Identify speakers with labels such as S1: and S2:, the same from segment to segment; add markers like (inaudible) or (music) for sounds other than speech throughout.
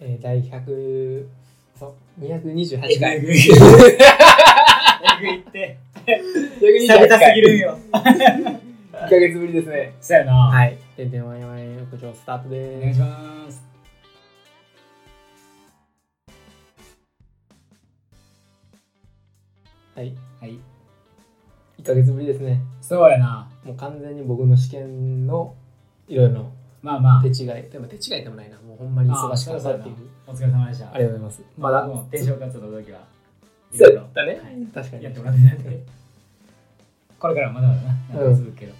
S1: えー、第100そう228
S2: えぐいえ
S1: 回
S2: ぐい。えぐいって。久々すぎ
S1: る
S2: るよ。
S1: 1か月ぶりですね
S2: そうやな。い。
S1: はい「てんてんわんやわん屋上」スタート
S2: お願
S1: で
S2: い
S1: す
S2: します。
S1: はい
S2: はい。
S1: 1か月ぶりですね
S2: そうやな。
S1: もう完全に僕の試験のいろいろ
S2: まあまあ
S1: 手。違いでも手違いでもないなもうほんまに忙しかったっていう
S2: お疲れ様でした。
S1: ありがとうございますまだ
S2: もう転職活動の時は。い
S1: そ
S2: ろいうろ
S1: だね、
S2: はい
S1: 確かに
S2: やってもらってないんで。これからもまだまだな。
S1: うん
S2: 続くけど。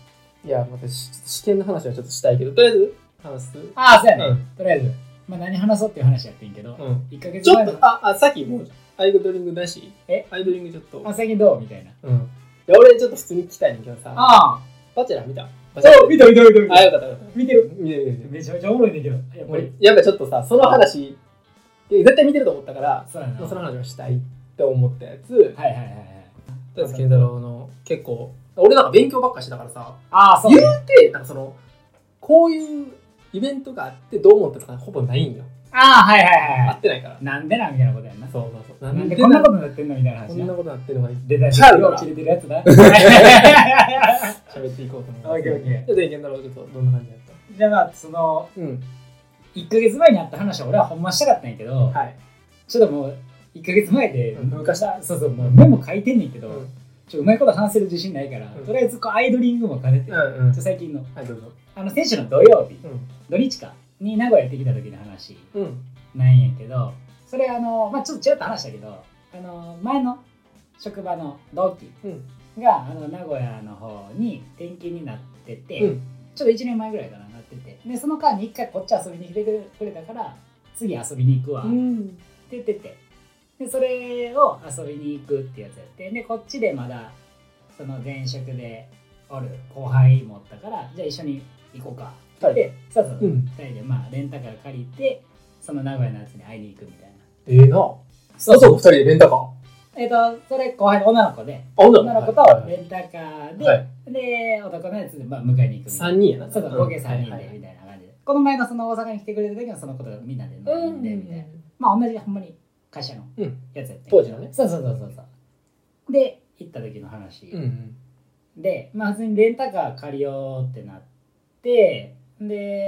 S1: いやまたし試験の話はちょっとしたいけどとりあえず話す
S2: ああ、そうや
S1: う
S2: ね。とりあえず。まあ何話そうっていう話やってんけど
S1: う。ん
S2: 一ヶ月
S1: ちょ
S2: 前
S1: っ
S2: の
S1: と。ああさっきもうアイドリングだし
S2: え
S1: アイドリングちょっと
S2: あ、最近どうみたいな。
S1: うん。いや、俺ちょっと普通に聞きたいねんけどさ、
S2: あ
S1: バチェラー見た
S2: あ。
S1: バチェラー
S2: 見た見た見た見
S1: あ、よかったよかった。
S2: 見てる。
S1: 見てる見てる
S2: めちゃめちゃおもろいねんだけど。やっぱ
S1: 見てる
S2: り。。
S1: やっぱちょっとさ、その話、いや絶対見てると思ったから、
S2: そうやな。
S1: まあその
S2: はい
S1: 話をしたいって思ったやつ、
S2: はいはいはい。
S1: とりあえず健太郎の結構、俺なんか勉強ばっかしてたからさ、
S2: ああ、そう、
S1: 言うて、なんかその、こういうイベントがあってどう思ったとかほぼないんよ。
S2: ああ、はいはいはい
S1: 合
S2: は
S1: ってないから
S2: い。。なんでなんみたいなことやんな。
S1: そうそうそう。
S2: なんでこんな
S1: こ
S2: ことになってんのみたいな話
S1: こんな
S2: な。
S1: ことなってるのに
S2: 出た
S1: ちゃう
S2: よ
S1: よ
S2: う
S1: な
S2: 切れてるやつ (laughs) だ。じ
S1: 喋っていこうと思う。
S2: オッケーオッケー
S1: じゃあ健太郎ちょっとどんな感じだった
S2: ゃあまあ、その、
S1: うん。
S2: 1ヶ月前にあった話は俺はほんましたかったんやけど、
S1: はい。
S2: ちょっともう、1ヶ月前で、
S1: うん
S2: 昔だ、そうそう、もうメモ書いてんねんけど、
S1: うん
S2: ちょっとうまいこと話せる自信ないから、
S1: うん
S2: とりあえずこうアイドリングも兼ねて、ちょ
S1: うんうん
S2: っと。最近の、
S1: はい、どうぞ。
S2: あの、選手の土曜日、
S1: うん。
S2: 土日か、に名古屋行ってきた時の話
S1: うん。
S2: なんやけど、それあの、まあちょっとちらっと話したけど、あの、前の職場の同期、
S1: うん。
S2: があの名古屋の方に転勤になってて、
S1: うん
S2: ちょっと1年前ぐらいかななっててでその間に1回こっち遊びに来てくれたから次遊びに行くわって
S1: うん。
S2: 言っててでそれを遊びに行くってやつやってでこっちでまだその前職でおる後輩持ったからじゃあ一緒に行こうかって言って、そうそう、
S1: うん
S2: 2人でまあレンタカー借りてその名古屋のやつに会いに行くみたいな
S1: ええな。
S2: そう
S1: そう、二人でレンタカー。あ、
S2: えっ、とそれ後輩の女の子で
S1: ほん
S2: 女の子とレンタカーで、
S1: はい
S2: で男のやつで、まあ、迎えに行くみたい
S1: 三人やな。
S2: なそうそう合計3人
S1: はい
S2: で
S1: はい
S2: みたいな感じでこの前のその大阪に来てくれた時はそのことみんなで
S1: う
S2: 飲ん
S1: ん。
S2: でみたいなまあ同じほんまに会社の
S1: うん
S2: やつやって
S1: 当時のね
S2: そうそうそうそうそうで行った時の話、
S1: うん。
S2: でまあ普通にレンタカー借りようってなって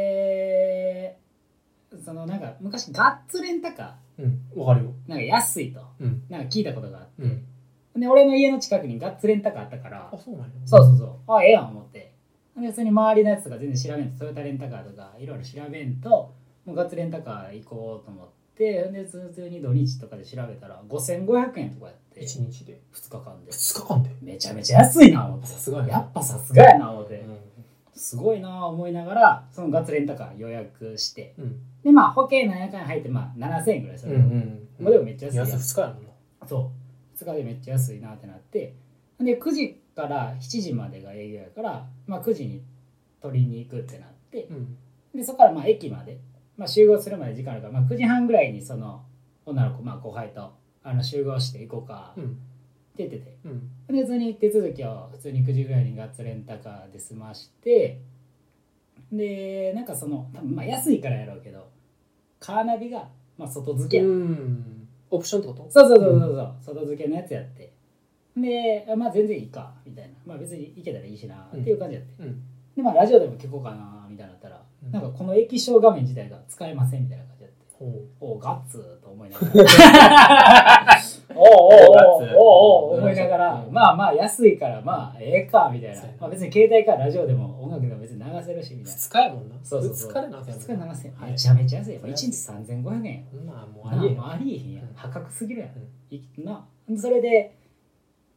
S2: でそのなんか昔ガッツレンタカ
S1: うん。わかるよ。
S2: ーなんか安いと
S1: うん。
S2: なんか聞いたことがあって、
S1: うん。
S2: で俺の家の近くにガッツレンタカーあったから
S1: あ、そうなんや。
S2: そうそうそう。あ、ええやん、思って。で、普通に周りのやつとか全然調べんと、トヨタレンタカーとかいろいろ調べんと、もうガッツレンタカー行こうと思って、で、普通に土日とかで調べたら、5500円とかやって、
S1: 一
S2: 2
S1: 日で。
S2: 日間で。
S1: 二日間で。
S2: めちゃめちゃ安いな、思って。
S1: さすがやな
S2: やっぱさすがやな、思っ
S1: う
S2: て。
S1: ん。
S2: すごいな、思いながら、そのガッツレンタカー予約して。
S1: うん。
S2: で、まあ、保険なんやかんや入って、まあ、7000円ぐらいす
S1: うん
S2: る。
S1: うん。
S2: まあでもめっちゃ安い
S1: 安
S2: やん
S1: い。二日やもんな。
S2: そう2日でめっちゃ安いなってなってで9時から7時までが営業やから、まあ、9時に取りに行くってなって
S1: うん。
S2: でそこからまあ駅まで、まあ、集合するまで時間あるから、まあ、9時半ぐらいにその女の子、まあ、後輩とあの集合して行こうかっ
S1: う
S2: て
S1: ん。
S2: 言ってて
S1: うん。
S2: で普通に手続きを普通に9時ぐらいにガッツレンタカーで済ましてでなんかその多分まあ安いからやろうけどカーナビがまあ外付けやった
S1: うん。オプションってこと
S2: そうそうそうそうそう、外付けのやつやってであまあ全然いいかみたいなまあ別に行けたらいいしなっていう感じやって、
S1: うん。
S2: でまあラジオでも聞こうかなみたいになったら、
S1: うん
S2: なんかこの液晶画面自体が使えませんみたいな感じやって
S1: ほう。
S2: おおガッツーと思いながらおうおうおうおうおう思いながら、
S1: うん
S2: まあまあ安いからまあええかみたいな
S1: そうやな、
S2: まあ、別に携帯からラジオでも音楽でも別に流せるしみたいな
S1: 二日やもんな。
S2: そうそうそう
S1: 二日でなせ
S2: 2日7000円
S1: はい
S2: めちゃめちゃ安い、やっぱ1日3500円
S1: まあ、もうあ
S2: あ
S1: り
S2: り
S1: え
S2: え
S1: ん。
S2: ありえへんやん
S1: うん
S2: 破格すぎるやん
S1: うん、
S2: いなそれで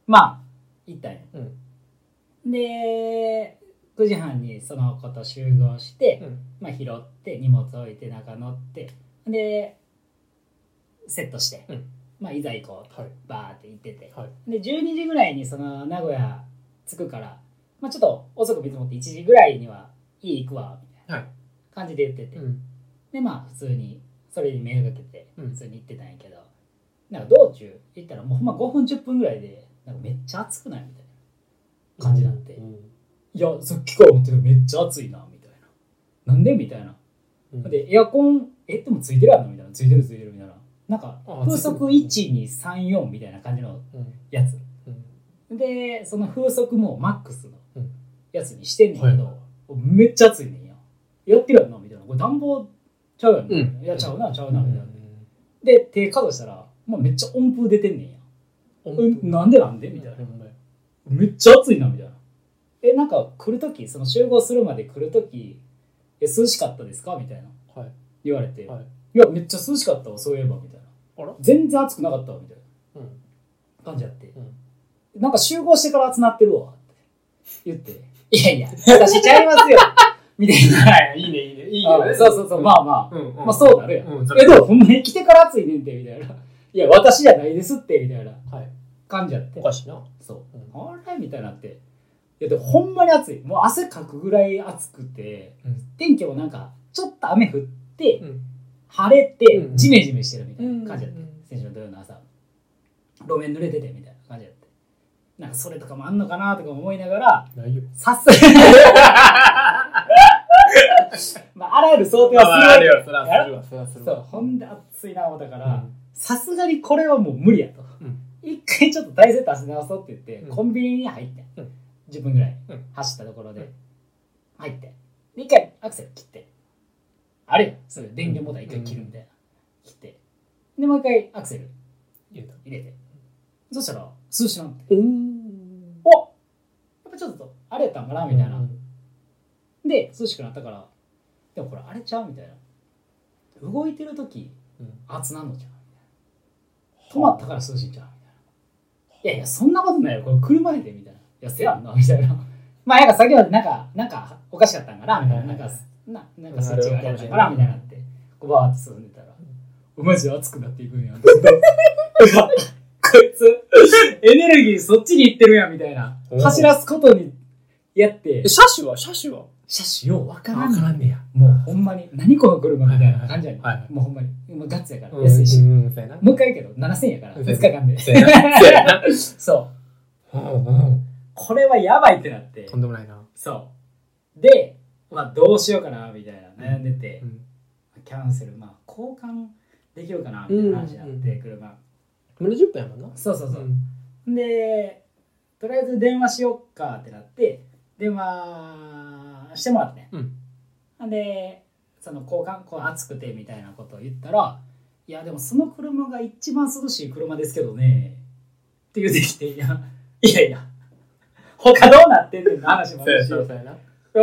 S2: まあ行ったんや、で9時半にその子と集合して、
S1: うん。
S2: まあ、拾って荷物置いて中乗ってでセットして、
S1: うん
S2: まあ、いざ行こうと
S1: はい。
S2: バーって行ってて、
S1: はい
S2: で12時ぐらいにその名古屋着くから、まあ、ちょっと遅く見積もって1時ぐらいには家行くわみたい
S1: は
S2: な感じで言ってて、
S1: うん。
S2: でまあ普通にそれに目がけて
S1: うん
S2: 普通に行ってたんやけど、なんか道中行ったらもうほんま5分10分ぐらいでなんかめっちゃ暑くないみたいな感じになって、
S1: うん。
S2: いやさっきから思ってるめっちゃ暑いなみたいななんでみたいな、
S1: うん
S2: でエアコンえでもついてるやろみたいなついてるついてるみたいななんか
S1: あ
S2: 風速
S1: つい
S2: 1234みたいな感じの
S1: うん
S2: やつ
S1: うん
S2: でその風速もマックスの
S1: うん
S2: やつにしてんねんけど、
S1: は
S2: めっちゃ暑いねんややってるやんなみたいなこれ暖房ちゃうやん、
S1: うん
S2: いやちゃうなちゃうなみたいな、で手稼働したら、まあ、めっちゃ温風出てんねんや、うん、なんでなんでみたいな、
S1: ほんまや
S2: めっちゃ暑いなみたいなえなんか来る時その集合するまで来る時え涼しかったですかみたいな
S1: はい
S2: 言われて、
S1: はい
S2: いやめっちゃ涼しかったわそういえばみたいな
S1: あら
S2: 全然暑くなかったわみたい
S1: うん
S2: な感じやって、
S1: うん
S2: なんか集合してから暑なってるわって
S1: (laughs)
S2: 言って「いやいや私ちゃいます (laughs) よ」みたいな
S1: はいいいねいいねいいよね
S2: あそうそうそう、まあま
S1: うん
S2: あまあそう (laughs) なるやん、
S1: うんそ
S2: え
S1: れ
S2: でもほんまに来てから暑いねんてみたいな「いや私じゃないですって」みたいな
S1: はい
S2: 感じやって
S1: おかしいな
S2: そう
S1: うん
S2: あれみたいになっていやでもほんまに暑いもう汗かくぐらい暑くて、
S1: うん
S2: 天気もなんかちょっと雨降って
S1: うん
S2: 晴れて
S1: うん
S2: ジメジメしてるみたいな感じだった、
S1: うん
S2: 先週の土曜の朝路面濡れててみたいな感じだったなんかそれとかもあんのかなとか思いながら
S1: ないよ
S2: さ
S1: (laughs)
S2: すがにまああらゆる想定は
S1: まあ
S2: する
S1: よそらするわそらする
S2: そ
S1: わ
S2: うほんで暑いな思ったか
S1: う
S2: ら
S1: ん
S2: さすがにこれはもう無理やと
S1: うん
S2: 一回ちょっと大セット足し直そうって言って、
S1: うん
S2: コンビニに入って、
S1: うん
S2: 10分ぐらい
S1: うん
S2: 走ったところで、
S1: うん
S2: 入ってで一回アクセル切ってあれよそれ電源ボタン一回切るみたいな、切ってでもう一回アクセル
S1: 言えた
S2: 入れてそしたら数字なんて
S1: うん
S2: おやっぱちょっとあれやったんかなみたいな、
S1: うん
S2: で涼しくなったからでもこれあれちゃうみたいな動いてる時
S1: うん
S2: 熱なんのちゃう止まったから涼しいんちゃうみたいないやいやそんなことないよこれ車やでみたいないやせやんなみたいな (laughs) まあなんか先ほどなんかなんかおかしかったんかなみたいななんかななんかスイッチがあれやったんかなみたいなってこうバーって進んでたらおマジで熱くなっていくんや (laughs) こいつエネルギーそっちに行ってるやんみたいな
S1: おう
S2: 走らすことにやって
S1: え車種は車種は
S2: 車種ようわからん
S1: わ
S2: の
S1: んねや
S2: もうほんまに何この車みたいな感じやねん、
S1: はいはいはい
S2: もうほんまにもうガッツやから
S1: 安
S2: 安
S1: い
S2: い
S1: し
S2: し、
S1: うんそうやな
S2: もう一回言うけど7000円やから
S1: うん
S2: 2日間で
S1: そうやなそうやな
S2: (laughs) そう
S1: うんうん
S2: これはやばいってなって
S1: とんでもないな
S2: そうで、まあ、どうしようかなみたいな悩んでて、
S1: うん
S2: キャンセルまあ交換できるかなみたいな話になって、
S1: うんうんう
S2: 車
S1: 70分やもんな
S2: そうそうそう、
S1: ん
S2: でとりあえず電話しよっかってなって電話してもらってね
S1: うん
S2: でその交換こう暑くてみたいなことを言ったら「いやでもその車が一番涼しい車ですけどね」って言うてきて「いやいやいや他どうなってんねん」の話もあるし
S1: そうやな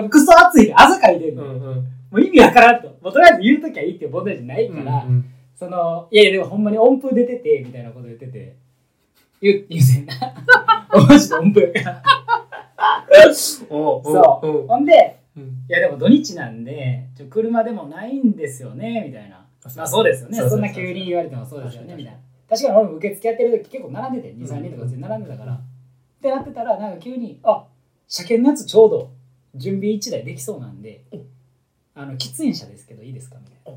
S2: クソ暑いであざかいてん
S1: う
S2: ねん、
S1: んうん
S2: もう意味わからんともうとりあえず言うときゃいいっていう問題じゃないから、
S1: うん
S2: そのいやいやでもほんまに音符出ててみたいなこと言ってて言う言うてんな (laughs) マジで音符やから
S1: おう
S2: そう
S1: おう
S2: ほんで
S1: うん
S2: いやでも土日なんでちょ車でもないんですよねみたいなまあそうですよね
S1: そうそ
S2: そ
S1: うん
S2: な急に言われてもそうですよね
S1: 確か
S2: み
S1: に
S2: たいな確かに俺も受付やってる時結構並んでて
S1: う
S2: 23
S1: ん
S2: 人とか全然並んでたから、ってなってたらなんか急に「あ車検のやつちょうど準備1台できそうなんで
S1: うん
S2: あの喫煙者ですけどいいですか?」みたい
S1: おう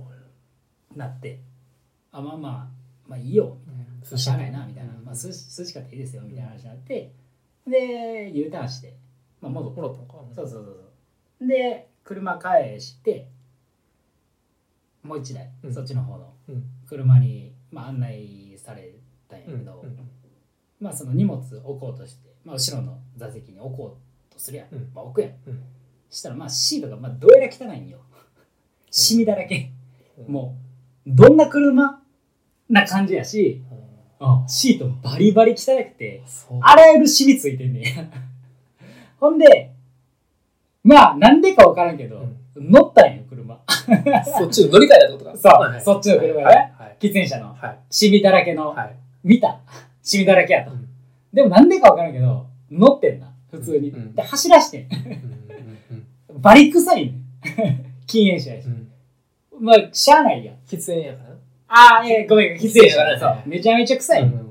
S2: ななって「あまあまあまあいいよ」
S1: うん
S2: しゃあないなみたいな、まあ、数数字かっていいですよみたいな話になってで U ターンして、まあ、戻って
S1: もらったのか
S2: そうそうそうそうで車返してもう一台、
S1: うん
S2: そっちの方の
S1: うん
S2: 車に、まあ、案内されたんやけ
S1: うん
S2: ど、まあその荷物置こうとして、まあ、後ろの座席に置こうとするやん、
S1: うん
S2: まあ、置くやん、
S1: うん
S2: したらまあシートがまあどえら汚いんよシミだらけ
S1: うん
S2: もうどんな車な感じやし
S1: うん
S2: シートバリバリ汚くて
S1: そう
S2: あらゆるシミついてんねんほんでまあなんでか分からんけど、乗ったんよ車
S1: そっちの乗り換えだってことか
S2: そう
S1: はい
S2: そっちの車ね
S1: はいはい
S2: 喫煙者の
S1: はい
S2: シミだらけの、
S1: はい
S2: 見たシミだらけやと、
S1: うん
S2: でもなんでか分からんけど乗ってんな普通に、
S1: うんうん
S2: で走らしてん
S1: うんうんうん
S2: バリ臭いねん禁煙者やし
S1: う、ん
S2: まあしゃあないやん
S1: 喫煙やからな
S2: ああええごめん喫煙者
S1: はい
S2: そうめちゃめちゃ臭い、
S1: うんうんうん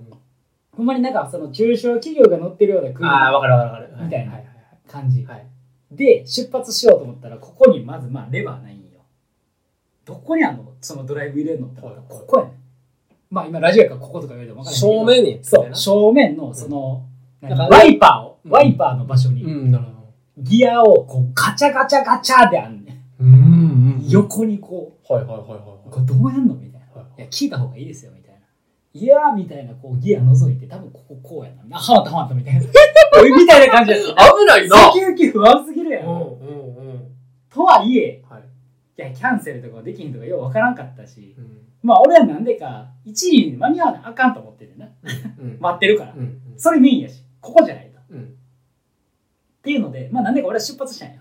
S2: ほんまになんかその中小企業が乗ってるような
S1: ああ
S2: 車
S1: わかるわかるわかる
S2: みたいな
S1: はい
S2: 感じ、
S1: はいはい
S2: で出発しようと思ったらここにまずまあレバーないんよどこにあんのそのドライブ入れるのって
S1: はい
S2: ここやねんまあ今ラジオやからこことか言われても分からない
S1: 正面に
S2: そう正面のその、
S1: ん
S2: なんか
S1: なんか
S2: ワイパー
S1: う
S2: を、
S1: ん
S2: ワイパーの場所に
S1: うんなるほど
S2: ギアをこうガチャガチャガチャであんねん、
S1: うんうんうん
S2: 横にこ
S1: はいはいはいは
S2: う
S1: い
S2: これどうやんのみたいな
S1: はい
S2: いや聞いた方がいいですよみたいないやーみたいなこうギア覗いて多分こここうやなあはまったはまったみ
S1: (laughs)
S2: たいなおいみたいな感じやった
S1: 危ないな
S2: 先行き不安すぎるやん、
S1: うんうんうん
S2: とはいえ
S1: はい
S2: いやキャンセルとかできひんとかようわからんかったし
S1: うん
S2: まあ俺はなんでか1位に間に合わなあかんと思ってるな
S1: うん
S2: 待ってるから、
S1: うんうん
S2: それメインやしここじゃないとっ
S1: うん
S2: ていうのでまあなんでか俺は出発したんや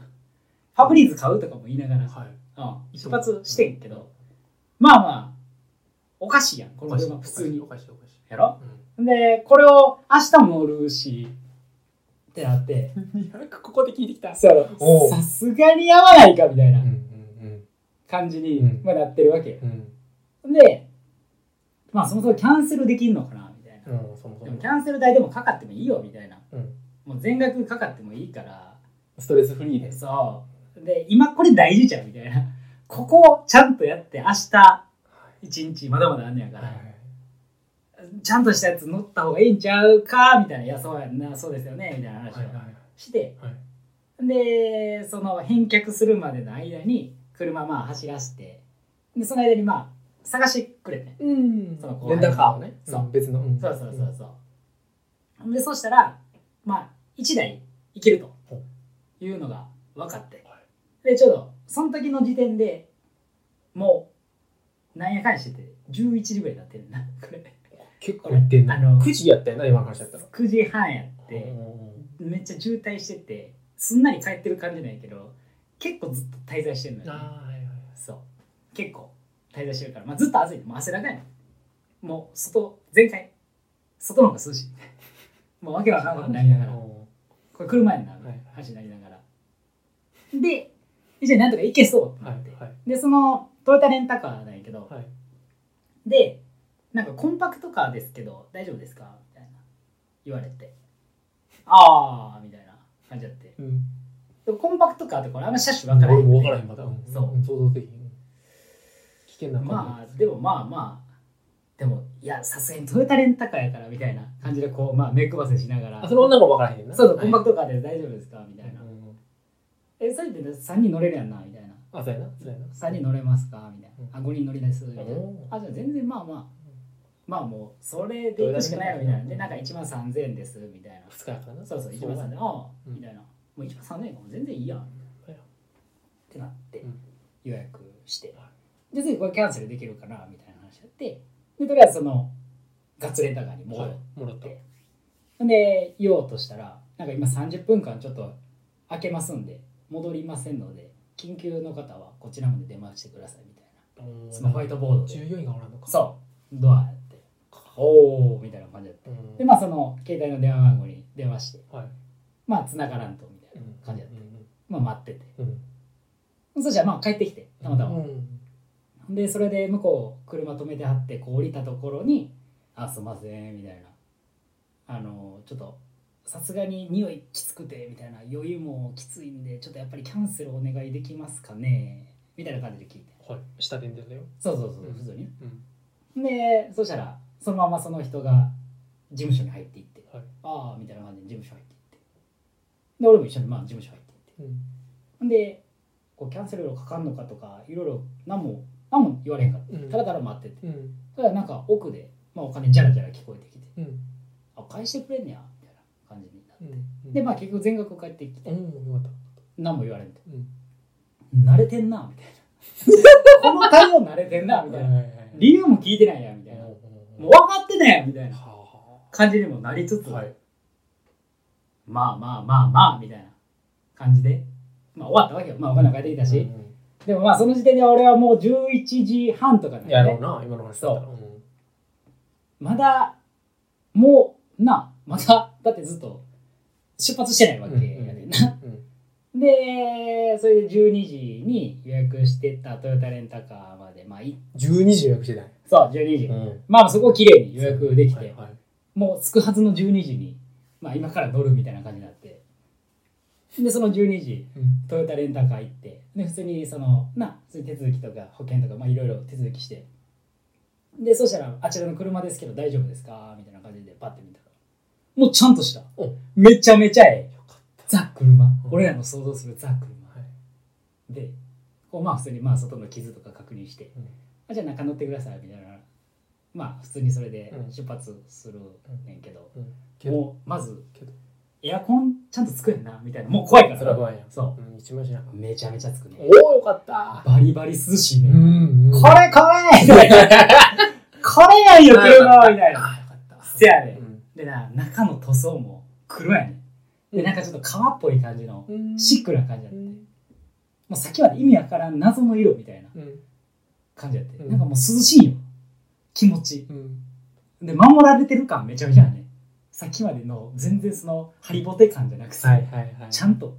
S2: ファブリーズ買うとかも言いながら、
S1: はい
S2: うん、出発してんけどまあまあおかしいやんこ
S1: お
S2: の
S1: かしい
S2: 車普通に
S1: おかしいおかしい
S2: やろ
S1: おかしい
S2: でこれを明日も乗るしってなって
S1: うんいやなんかここで聞いてきた
S2: そうやろ
S1: おう
S2: さすがに合わないかみたいな
S1: うんうん
S2: 感じに、
S1: うん
S2: まあ、なってるわけよ
S1: うんうん
S2: でまあそもそもキャンセルできんのかなみたいな、
S1: うんそもそ
S2: で
S1: も
S2: もキャンセル代でもかかってもいいよみたいな、
S1: うん
S2: もう全額かかってもいいから
S1: ストレスフリーです
S2: そうで今これ大事じゃんみたいなここをちゃんとやって明日一日まだまだあんねやから、ちゃんとしたやつ乗った方がいいんちゃうかみたいないやそうやんなそうですよねみたいな話をして、
S1: は
S2: でその返却するまでの間に車まあ走らせてでその間にまあ探してくれて
S1: うん
S2: その後輩
S1: レンタカーをね
S2: そうん
S1: 別のん
S2: そうそうそうそう。で、そうしたら、まあ、1台いけると
S1: ほ
S2: いうのが分かって
S1: は。
S2: で、ちょうど、その時の時点でもう、なんやかんやしてて、11時ぐらいになってるな、これ。
S1: 結構行ってん
S2: あの
S1: の9時やったよな今の話だったら
S2: 9時半やって、
S1: うん
S2: めっちゃ渋滞してて、すんなり帰ってる感じなんやけど、結構ずっと滞在してるのよ、ね。
S1: あーはいはい
S2: そう。結構滞在してるから、まあ、ずっと暑い。もう汗だくやねん。もう、外、全開。外の方が涼しい。 (laughs) もう、わけわからんことになりながら。これ車やんな、
S1: はい
S2: 話になりながら。で、じゃあなんとか行けそうって
S1: は
S2: ないって、
S1: はい
S2: で、そのトヨタレンタカーなんやけど、
S1: はい
S2: で、なんかコンパクトカーですけど、大丈夫ですかみたいな言われて、あーみたいな感じだって。
S1: うん
S2: でもコンパクトカーってこれあんま車種分からへ
S1: 俺
S2: ん、
S1: も分からへんまだん
S2: そうん
S1: 想像できひん危険な
S2: まあ、でもまあまあ、でも、いや、さすがにトヨタレンタカーやからみたいな感じで、こう、まあ、目くばせしながら、
S1: あその女の子も分からへんな
S2: そうそう、コンパ
S1: ク
S2: クトカーで大丈夫ですかみたいな。え、それって3人乗れるやんなみたいな。
S1: あそうやなそうやな
S2: 3人乗れますかみたいな。あ、5人乗りです。みたいな。
S1: うん
S2: あ、じゃあ全然まあまあ。まあもう、それで行くしかないよみたいな。で、なんか1万3000円です。みたいな。
S1: 二日やからな
S2: そうそう、1
S1: や
S2: 万
S1: な
S2: 3000円。ああ、
S1: うん
S2: みたいな。もう1万3000円かも全然いいやん。っ
S1: そうや
S2: てなって
S1: うん、
S2: 予約して
S1: は。
S2: で、次これキャンセルできるかなみたいな話やって。で、とりあえずその、ガッツレンタカーに戻
S1: は
S2: っ
S1: いもらった
S2: でで、言おうとしたら、なんか今30分間ちょっと開けますんで、戻りませんので、緊急の方はこちらまで出回してくださいみたいな。そのホワイトボードで。
S1: 従業員がおらんのか
S2: そう、ドアやって、おーみたいな感じで。
S1: うん
S2: で、まあその携帯の電話番号に電話して、
S1: はい
S2: まあ繋がらんとみたいな感じで、
S1: うん
S2: まあ待ってて。
S1: うん
S2: そしたらまあ帰ってきて、たまた
S1: う
S2: ま。
S1: ん
S2: で、それで向こう、車止めてはって、こう降りたところに、あ、すいません、みたいな。あの、ちょっと、さすがに匂いきつくて、みたいな、余裕もきついんで、ちょっとやっぱりキャンセルお願いできますかね、みたいな感じで聞いて。
S1: はい下でんだよ
S2: そうそうそうう、
S1: ん
S2: 普通に。
S1: うん
S2: でそしたらそのままその人が事務所に入っていって、
S1: はい
S2: ああみたいな感じで事務所入っていってで俺も一緒にまあ事務所入っていっ
S1: うん
S2: てでこうキャンセル料かかんのかとかいろいろ何も何も言われへんかった、
S1: うん
S2: ただただ待ってて
S1: うん
S2: ただなんか奥で、まあ、お金じゃらじゃら聞こえてきて
S1: うん
S2: あ返してくれんねやみたいな感じになって、
S1: うん
S2: でまあ結局全額返ってきて、
S1: うんよかった
S2: 何も言われんて
S1: うん
S2: 慣れてんな
S1: (laughs)
S2: みたいなこの対応慣れてんなみたいな
S1: はいはいはい
S2: 理由も聞いてないやみたいな、もう分
S1: は
S2: かってねやみたいな
S1: あ
S2: 感じにもなりつつ、
S1: はい
S2: まあまあまあまあみたいな感じで、まあ、終わったわけよ、まあ、お金も返ってきたし、
S1: うん
S2: でもまあその時点で俺はもう11時半とかなん
S1: や
S2: で、
S1: ろう
S2: ね、
S1: な今の話だったらうん
S2: まだもうなまだだってずっと出発してないわけやねんな、
S1: うん
S2: でそれで12時に予約してたトヨタレンタカーまでまあい
S1: 12時予約してない
S2: そう12時、
S1: うん
S2: まあそこをきれいに予約できて、
S1: はいはい
S2: もう着くはずの12時に、まあ、今から乗るみたいな感じになってでその12時
S1: うん
S2: トヨタレンタカー行ってで普通にそのな普通に手続きとか保険とかまあいろいろ手続きしてでそしたらあちらの車ですけど大丈夫ですかみたいな感じでパッて見たらもうちゃんとした
S1: お
S2: めちゃめちゃええ
S1: よかっ
S2: ザ車
S1: うん
S2: 俺らの想像するザ車
S1: たはい
S2: でここうまあ普通にまあ外の傷とか確認して、
S1: うん
S2: あじゃあ中乗ってくださいみたいなまあ普通にそれで
S1: うん
S2: 出発するねんけど、
S1: うんけど
S2: もうまず
S1: けど
S2: エアコンちゃんとつくやんなみたいなもう怖いから
S1: それは不安や
S2: そう
S1: うん一番知らん
S2: めちゃめちゃつくね
S1: おおよかった
S2: バリバリ涼しいね、
S1: ん
S2: これこれこれやんよ車はみたいな
S1: あよかった
S2: せやで、
S1: うん
S2: でな中の塗装も黒やねんでなんかちょっと革っぽい感じの
S1: うん
S2: シックな感じや
S1: う
S2: ねんも
S1: ん
S2: う先は意味わからん謎の色みたいな
S1: うん
S2: 感じやって、
S1: うん
S2: なんかもう涼しいんよ気持ち
S1: うん
S2: で守られてる感めちゃめちゃやねさっきまでの全然そのハリボテ感じゃなくて、
S1: はいはいはい
S2: ちゃんと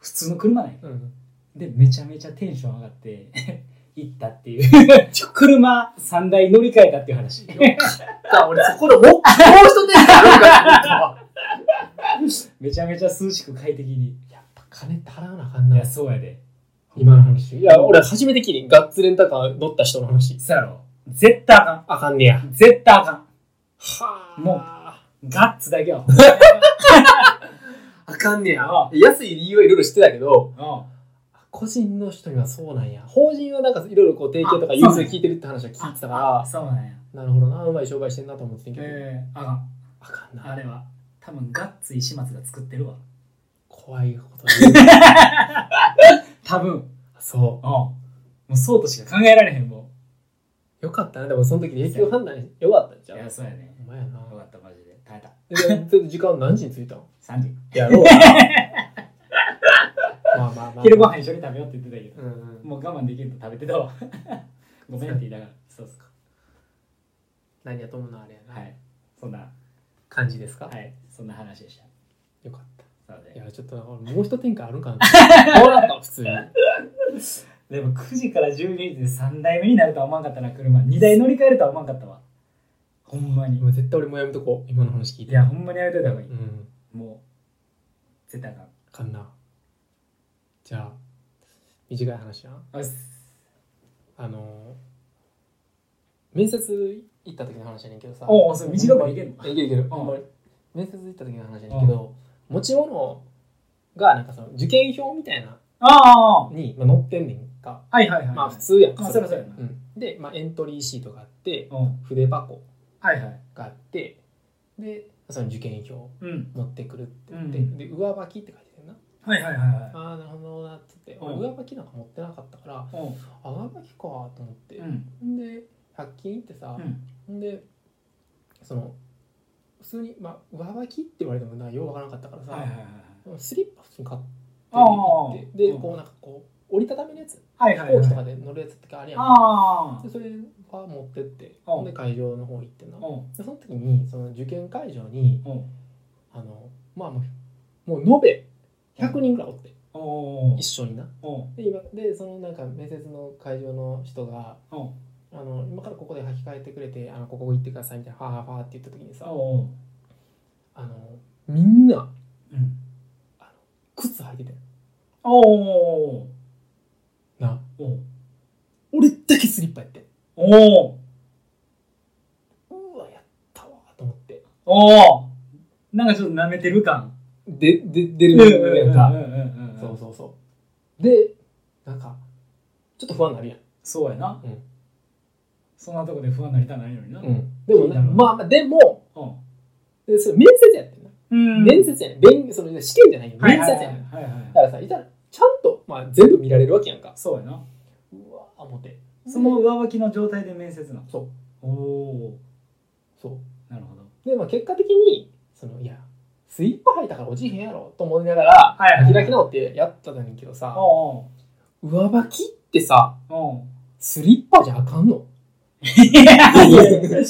S2: 普通の車なんよ
S1: うん
S2: でめちゃめちゃテンション上がって (laughs) 行ったっていう (laughs) ちょ車3台乗り換えたっていう話
S1: よかった俺そこでもうもう一手あるから
S2: めちゃめちゃ涼しく快適に
S1: やっぱ金って払わなあかん
S2: い
S1: な
S2: やそうやで
S1: 今の話いや俺初めて聞いてガッツレンタカー乗った人の話
S2: そうやろ絶対あか
S1: あかんねや
S2: ん絶対あかん
S1: は
S2: もうガッツだけは
S1: あかんねや
S2: (laughs) ああ
S1: 安い理由はいろいろしてたけど
S2: うん
S1: 個人の人にはそうなんや法人はなんかいろいろこう提携とか
S2: あ
S1: 融通聞いてるって話は聞いてた
S2: あ
S1: か
S2: そうなんや
S1: らなるほどなうまい商売してんなと思ってんけど、
S2: ええあかん
S1: あかん
S2: あ
S1: な
S2: れは多分ガッツ石松が作ってるわ
S1: 怖いこと言う
S2: 多分
S1: そ
S2: もうそうとしか考えられへんも
S1: うよかったねでもその時影響判断よかったんじ
S2: う
S1: ゃ
S2: い
S1: ん
S2: やそうやね
S1: お前やな
S2: よかったマジで耐えた
S1: えで (laughs) 時間何時に着いたの
S2: 3時
S1: やろうな (laughs) まあまあまあ
S2: 昼ご飯一緒に食べようって言ってたけ
S1: うんうん
S2: どもう我慢できると食べてた (laughs) わごめんって言いながらそうっすか
S1: 何やと思うのあれやな、
S2: はいそんな
S1: 感じですか、
S2: はいそんな話でした
S1: よかった
S2: なので
S1: いやちょっともう一展開あるん (laughs) かなどうだったの普通に
S2: でも9時から12時で3台目になるとは思わんかったな車2台乗り換えるとは思わんかったわほんまに
S1: もう絶対俺もうやめとこう今の話聞い
S2: い
S1: て
S2: やほんまにやめといた方がいい
S1: うん
S2: もう絶対あかん
S1: あかんなじゃあ短い話な
S2: あっす
S1: あのー面接行った時の話やねんけどさ
S2: おうそれ短くでいけんの
S1: ほんまにいけるいける
S2: ん
S1: ほんまに面接行った時の話やねんけど持ち物がなんかその受験票みたいな
S2: あ
S1: のに、まあ、載ってんねんか
S2: あはいはいはい
S1: まあ普通やんか
S2: あ
S1: そ
S2: そ
S1: れ
S2: りゃそうやな
S1: うん、で、まあ、エントリーシートがあって
S2: うん
S1: 筆箱
S2: はいはい
S1: があってでその受験票
S2: うん
S1: 持ってくるって言って、
S2: うん
S1: で上履きって書いてるな
S2: はいはいはいはい
S1: ああなるほどなって言って俺
S2: うん
S1: 上履きなんか持ってなかったからあ
S2: おう
S1: 上履きかと思って、
S2: うん
S1: ん、で100均行ってさ
S2: う、ん
S1: ん、でその普通に、まあ、上履きって言われてもなようわからなかったからさ、
S2: はいはいはい
S1: スリッパ普通に買って
S2: ああ
S1: 行ってで、
S2: うん
S1: こうなんかこう折りたたみのやつ飛
S2: はいはい
S1: 行機と
S2: は
S1: か
S2: い
S1: で乗るやつとかあるやん、
S2: ああ
S1: でそれは持ってって、
S2: うん
S1: で会場の方行ってな、
S2: おう
S1: でその時にその受験会場に
S2: おう
S1: あのまあもうもう延べ100人ぐらいおって、
S2: おう
S1: 一緒にな
S2: おう
S1: で今でそのなんか面接の会場の人が
S2: おう
S1: あの今からここで履き替えてくれてあのここ行ってくださいみたいなファーファーって言った時にさ
S2: おう
S1: あのみんな
S2: うん
S1: 靴履いててん
S2: おう
S1: な
S2: おう
S1: 俺だけスリッパやってん
S2: おう
S1: うわやったわと思って
S2: おおなんかちょっと舐めてる感
S1: でで出
S2: う
S1: るやんか
S2: ん
S1: そううんそうそうでなんかちょっと不安になるやん
S2: そうやな
S1: うん
S2: そんなとこで不安になりたくないのにな
S1: うん、でも
S2: いい
S1: ね
S2: だろう
S1: まあまあでもでそれ面接やってんな、
S2: うん
S1: 面接やねん勉その試験じゃないよ
S2: は
S1: 面
S2: い
S1: 接
S2: はいは
S1: や
S2: い
S1: ねん
S2: はいはい
S1: だからさいたらちゃんと、まあ、全部見られるわけやんか
S2: そうやな
S1: うわ思って
S2: その上履きの状態で面接なの
S1: そ
S2: おお
S1: そ
S2: なるほど
S1: うで、まあ、結果的にそのいやスイッパ履いたから落ちへんやろと思いながら
S2: はいはいはい
S1: 開き直ってやったんだけどさ
S2: おう
S1: 上履きってさ
S2: おうおう
S1: スリッパじゃあかんの
S2: い
S1: (laughs)
S2: やいやいや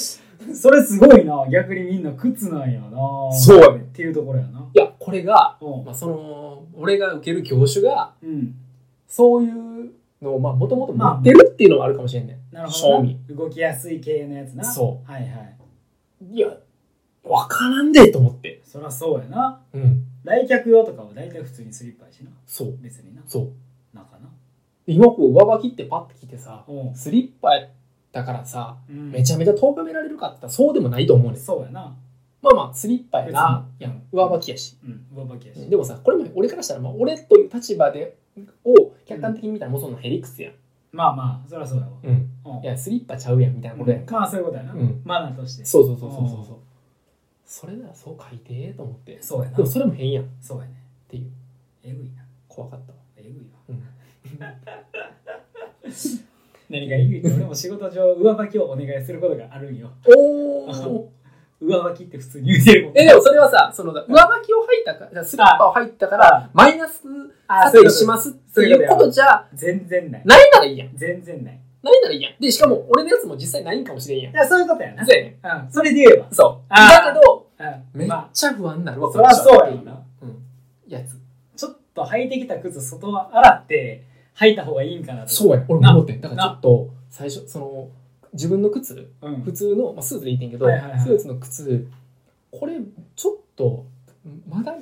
S2: それすごいな逆にみんな靴なんやな
S1: そうやねん
S2: っていうところやない
S1: やこれが、
S2: うん
S1: まあ、その俺が受ける業種が
S2: うん
S1: そういうのをもともと持ってるっていうのもあるかもしれんねん、
S2: なる
S1: 賞
S2: ほど
S1: 味
S2: な動きやすい系のやつな
S1: そう
S2: はいはい
S1: いや、わからんでと思って。
S2: そりゃそうやな
S1: うん。
S2: 来客用とかは大体普通にスリッパやしな
S1: そう。
S2: 別にな
S1: そう。
S2: 中な
S1: で今こう上履きってパッて来てさ、
S2: おう
S1: スリッパやったからさ、
S2: うん
S1: めちゃめちゃ遠くめられるかって言ったらそうでもないと思うねん。
S2: そうやな
S1: まあまあ、スリッパやな、
S2: 別に
S1: やん上履きやし。
S2: うん上履きやし
S1: でもさ、これも俺からしたら、まあ、俺という立場でを客観的に見たらもうそんなヘリクスやん、
S2: まあまあそりゃそうだわ、
S1: うん、
S2: うん
S1: いやスリッパちゃうやんみたいなことやんか、
S2: まあそういうことやな、
S1: うん
S2: マナーとして
S1: そうそうそうそうそうそうそれならそう書いてえと思って
S2: そうやな
S1: でもそれも変やんっ
S2: そうやね
S1: ていう
S2: えぐいな
S1: 怖かったわ
S2: えぐいわ
S1: うん
S2: 何がえぐいって俺も仕事上上履きをお願いすることがあるんよ
S1: おお
S2: 上履きって普通に言うてるもん
S1: えでもそれはさその上履きを履いたかじゃあスリッパを履いたからマイナス
S2: あ
S1: 査
S2: そうい
S1: 定
S2: うこと
S1: しますっていうことじゃ
S2: 全然ない
S1: ないならいいやん
S2: 全然ない
S1: ないならいいやんでしかも俺のやつも実際ないんかもしれんやん
S2: いやそういうことやな
S1: そうやね
S2: うんそれで言えば
S1: んそう
S2: あー
S1: だけど
S2: う
S1: め
S2: ん
S1: っ
S2: ま
S1: ちゃ不安になる
S2: あ
S1: わ
S2: そりゃそうや
S1: こっ
S2: ろ
S1: ちは
S2: な
S1: うんやつ
S2: ちょっと履いてきた靴外は洗って履いた方がいいんかなと
S1: そうや俺も
S2: な
S1: 思ってんだからちょっと最初その自分の靴
S2: うん
S1: 普通の、まあ、スーツでいいってんけど、
S2: はいはいはい
S1: スーツの靴これちょっとまだ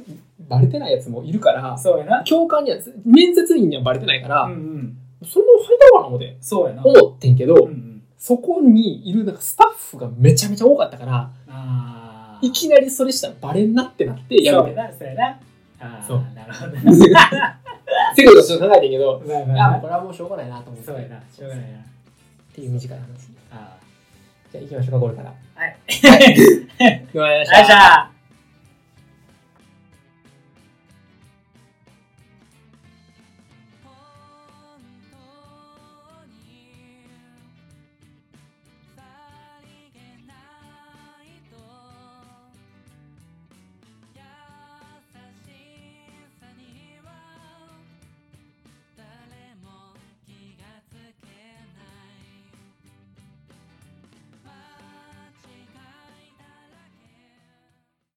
S1: バレてないやつもいるから
S2: そうやな
S1: 教官には面接員にはバレてないから、
S2: うんうん
S1: その履いたのかな思って
S2: そうやな
S1: 思ってんけど、
S2: うんうん
S1: そこにいるなんかスタッフがめちゃめちゃ多かったから
S2: あー
S1: いきなりそれしたらバレんなってなってや
S2: そう
S1: め
S2: や
S1: て
S2: なそうやなあ
S1: そう
S2: あなるほどな (laughs)
S1: ってことをちょっと考えてんけど
S2: まあ
S1: い
S2: ま
S1: や
S2: あ
S1: もう
S2: まあ
S1: これはもうしょうがないなと思って
S2: そうやなしょうがないな
S1: っていう短い話じ
S2: あ
S1: (laughs) ゃあ行きましょうかこれから
S2: ーはい
S1: ごめんな
S2: よいしょ